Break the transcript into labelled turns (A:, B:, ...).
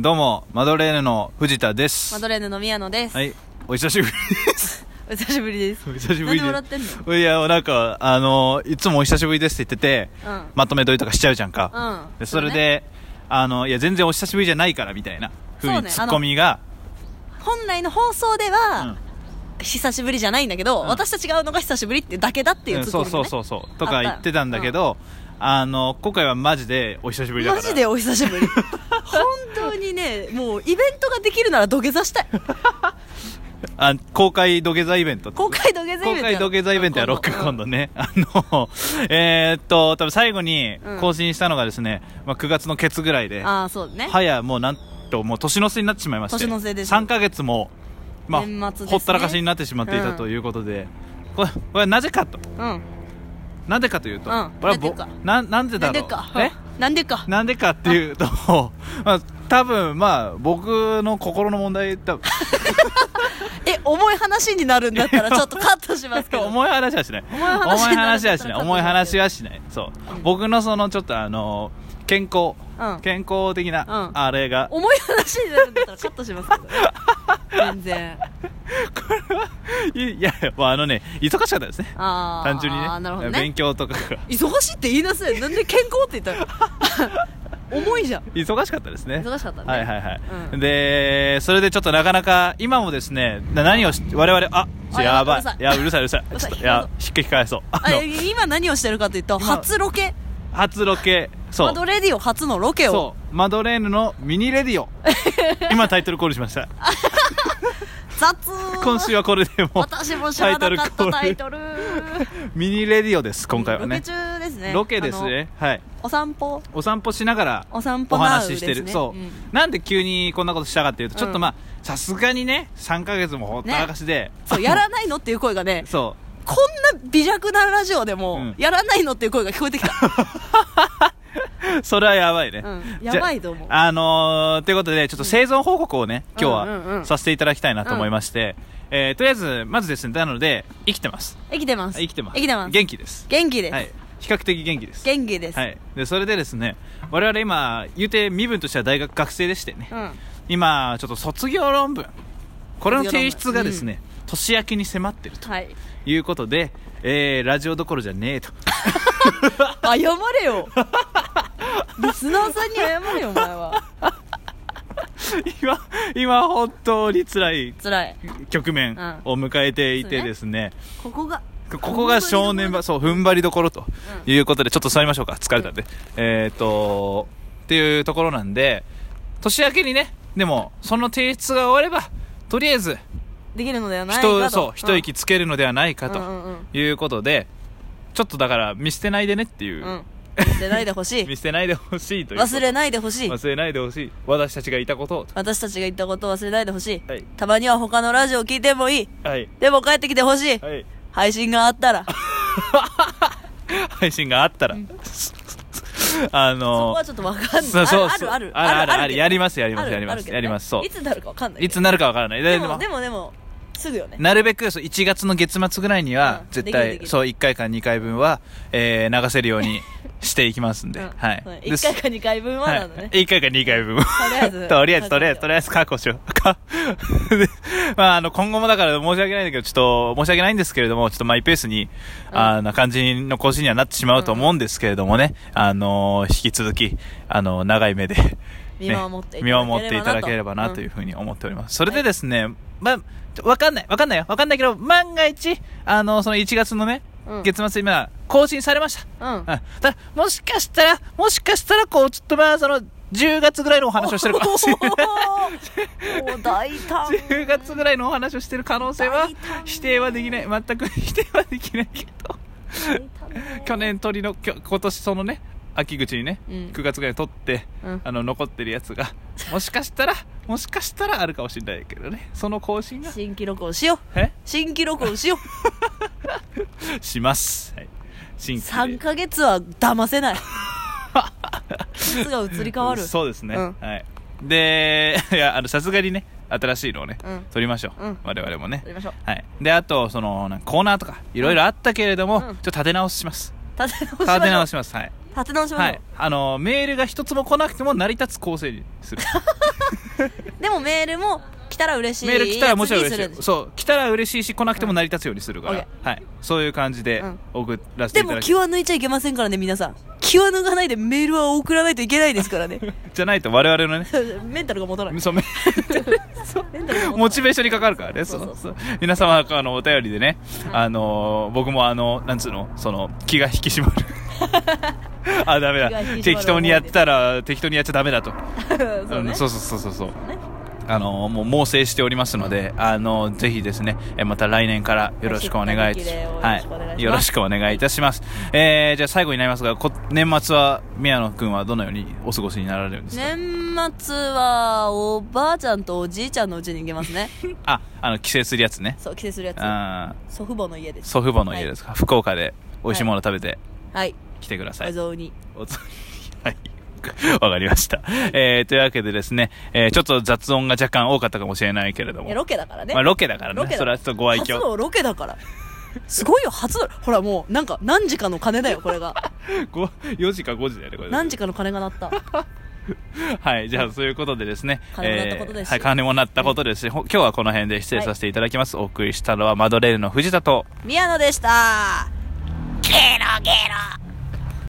A: どうも、マドレーヌの藤田です。
B: マドレーヌの宮野です。
A: はい、お久しぶり です。
B: お久しぶりです。
A: お久しぶり
B: なんで笑ってん
A: のいや、なんか、あの、いつもお久しぶりですって言ってて、
B: うん
A: まとめ撮りとかしちゃうじゃんか。
B: うん
A: でそれ
B: そう
A: で、あの、いや、全然お久しぶりじゃないからみたいな、ふう
B: そ
A: に
B: うね
A: ツッコミが、
B: 本来の放送で
A: うん
B: は、久しぶりじゃないんだけど、
A: うん
B: 私たちが会うのが久しぶりってだけだっていう
A: うん
B: ツッ
A: そ
B: コ
A: う
B: ミ、ね
A: そうそうそう、とか言ってたんだけど、あの、今回はマジでお久しぶりだから。
B: マジでお久し ぶり。本当にね、もうイベントができるなら土下座したい。
A: あ公開土下座イベント
B: 公開土下座イベントやろ
A: 公開土下座イベントやろうか
B: うん
A: 今度 ねあのえーっと多分最後に
B: うん
A: 更新したのがですね、まあ、9月のケツぐらいで
B: ああ、そうね。
A: はやもうなんともう年の瀬になってしまいまして
B: 年の瀬です
A: 3ヶ月も、まあ
B: 年末ですね
A: ほったらかしになってしまっていたということで、これこれはなぜかと
B: うん。
A: なぜかというと、
B: うん
A: これはぼな
B: なんでか
A: なんで
B: な
A: だ
B: ん
A: ろ
B: で
A: う
B: か。
A: え
B: なんでか。
A: なんでかっていう と、まあ、多分まあ僕の心の問題だ
B: え、重い話になるんだったらちょっとカットしますけど。
A: 重い話はしない重い
B: 話になる
A: 話はしない重い話はしないそう、僕のそのちょっとあの健康、
B: うん
A: 健康的な
B: うん
A: あれが、
B: 重い話になるんだったらカットしますけど。全然。
A: いいやいやもうあのね忙しかったですね
B: ああ。
A: 単純にね
B: あーなるほどね。
A: 勉強とかが
B: 忙しいって言いなさいなんで健康って言っ たの重いじゃん
A: 忙しかったですね
B: 忙しかったね
A: はいはいはい、
B: うん
A: でそれでちょっとなかなか今もですねな何をし我々あ
B: あ
A: やばいう
B: るさい
A: やうるさいうるさ
B: う
A: い
B: る
A: ち
B: さ
A: ょ
B: い
A: っといやひっくり返そうあ
B: あ
A: の
B: 今何をしてるかというと
A: 今
B: 初ロケ
A: 初ロケそう
B: マドレディオ初のロケを
A: そうマドレーヌのミニレデ ィオ今タイトルコールしました
B: 雑
A: 今週はこれでもう
B: 私も知らなかったタイトル
A: ミニレディオです今回は
B: ロ
A: ね
B: ケ中ですね
A: ロケですねはい
B: あのお散歩
A: お散歩しながら
B: お散歩
A: お
B: ナウ
A: 話し
B: で
A: し
B: す
A: て
B: ね
A: る、そう、
B: ん
A: なんで急にこんなことしたかっていうとちょっ
B: う
A: と
B: ん
A: まあさすがにね3か月もほったらかしで、
B: そうやらないのっていう声 がね
A: そ
B: こんな微弱なラジオでも、
A: うん
B: やらないのっていう声が聞こえてきた
A: うそれはやばいね、
B: うん
A: じゃあ
B: やばいと思う
A: あのーということでちょっと生存報告をね、今日
B: うんうんう
A: は
B: ん
A: させていただきたいなと思いまして、えーとりあえずまずですねなので生きてます
B: 生きてます
A: 生きてます
B: 生きてます
A: 元気です
B: 元気です、
A: はい比較的元気です
B: 元気です、
A: はい、でそれでですね我々今言うて身分としては大学学生でしてね、
B: うん
A: 今ちょっと卒業論文これの提出がですね、年明けに迫ってると
B: はい
A: いうことで、えーラジオどころじゃねえと
B: 謝れよリスナーさんに謝れよお前は
A: 今今本当に辛い
B: 辛い
A: 局面を迎えていてですね、
B: ここが
A: ここが正念場そう踏ん張りどころということで、ちょっと座りましょうか疲れたんで、えーっとっていうところなんで年明けにねでもその提出が終わればとりあえず
B: できるのではないかと
A: 人そう一息つけるのではないか
B: うんうんう
A: ということで、ちょっとだから見捨てないでねっていう、
B: うん、うん、忘れないで ほしい
A: 見捨てないでほしいという
B: 忘れないでほしい
A: 忘れないでほしい私たちがいたことをと
B: 私たちが言ったことを忘れないでほしい、
A: はい
B: たまには他のラジオを聞いてもいい
A: はい
B: でも帰ってきてほしい、
A: はい
B: 配信があったら
A: 配信があったら、 あ
B: そこ
A: の
B: はちょっとわかんない
A: そうそう
B: ある
A: あ
B: ある
A: るある
B: ある
A: あるやりますやります
B: ある
A: やります
B: あるけど
A: やりますそう
B: いつになるかわかんないけ
A: い
B: ど
A: つになるかわからない
B: で
A: で
B: も
A: も
B: でもでもすぐよね
A: なるべくそう1月の月末ぐらいには
B: うん
A: 絶
B: できるで
A: 対
B: きる
A: そう1回から2回分は、えー流せるようにしていきますんで、
B: うん
A: はい
B: うん
A: で
B: 一
A: す
B: 回か二回分はなのね、
A: はい、1回か2回分と
B: りあえ ず
A: とりあえずとりあえずとりあえず確保しよう かでまああの今後もだから申し訳ないんだけどちょっと申し訳ないんですけれどもちょっとマイペースに、あな感じの更新にはなってしまうと思うんですけれどもね、あのー引き続きあのー長い目で、ね
B: 見守っていただければな
A: 見守
B: と
A: っていただければなというふうに思っております、それでですね、まあちょわかんないわかんないよわかんないけど万が一あのその1月のね、
B: うん
A: 月末今更新されました
B: うん
A: うんただもしかしたら、もしかしたら、こう、ちょっとまあ、その、10月ぐらいのお話をしてるかもしれな い。
B: おー大胆
A: 10月ぐらいのお話をしてる可能性は
B: 大胆、
A: 否定はできない。全く否定はできないけど。去年鳥の、きょ今年そのね、秋口にね、
B: うん
A: 9月ぐらいに取って、
B: うん
A: あの、残ってるやつが、もしかしたら、もしかしたらあるかもしれないけどね。その更新が、
B: 新記録をしよう
A: え
B: 新記録をしよ
A: します。はい。 新
B: う
A: 規で
B: 3ヶ月は騙せ ない季節が移り変わる
A: そうですね、
B: うん
A: はいで いやあのさすがにね新しいのをね、
B: うん
A: 撮りましょう、
B: うん
A: 我々もね
B: やりましょう
A: はいであとそのなんかコーナーとかいろいろあったけれども、
B: うん
A: ちょっと立て直します
B: 立て直しましょう
A: 立て直しますはい
B: 立立て直しましょう、
A: はい。あの、メールが一つも来なくても成り立つ構成にする。
B: でもメールも来たら嬉しい
A: メール来たらもちろん嬉
B: やつ
A: しい。
B: にする
A: そう。来たら嬉しいし、来なくても成り立つようにするか
B: うん
A: ら。はい。そういう感じで
B: うん
A: 送らせて
B: で
A: いた
B: も
A: だき、
B: 気は抜いちゃいけませんからね皆さん気は抜かないでメールは送らないといけないですか らね
A: じゃないと我々のね、
B: メンタルが持たない
A: そうめ
B: メンタル が持たない
A: モチベーションにかかるからね。
B: そうそう
A: そうそう皆様からのお便りでね、あのー、僕もあの、なんつうの、その、気が引き 締まる。あ、ダメだ
B: 気が引き締まる思い。で
A: 適当にやってたら、適当にやっちゃダメだと。
B: そうね
A: んそうそうそうそう。
B: ね
A: あのもう猛省しておりますので、あのぜひですね、えまた来年からよろしくお願いいたし
B: はい
A: はい、よろしくお願いいたします。えー、じゃあ最後になりますが、こ年末は宮野くんはどのようにお過ごしになられるんですか、
B: 年末はおばあちゃんとおじいちゃんの家に行けます ね
A: あ、あの帰省するやつね。
B: そう帰省するや
A: あー
B: つ祖父母の家です
A: 祖父母の家ですか、福岡で美味しいもの食べて
B: はい
A: 来てくださ
B: お
A: い。
B: 雑煮
A: おつ はい。わかりました。えー、というわけでですね、えー、ちょっと雑音が若干多かったかもしれないけれど
B: い
A: も。
B: やロケだからね、
A: まあロケだから
B: ロケ
A: ね。
B: だ
A: それはちょっとご愛
B: 初
A: 嬌。
B: のロケだからすごいよ初のほらもうなんか何時かの鐘だよこれ が
A: ご4時か5時だよね、これ。
B: 何時かの鐘が鳴った
A: はい、じゃあ、そういうことでですね。
B: 金もなったことで
A: え
B: すし
A: ーはい、金もなったことですし、ほ今日はこの辺で失礼させていただきます。お送りしたのはマドレーヌの藤田と。
B: 宮野でしたゲロゲロ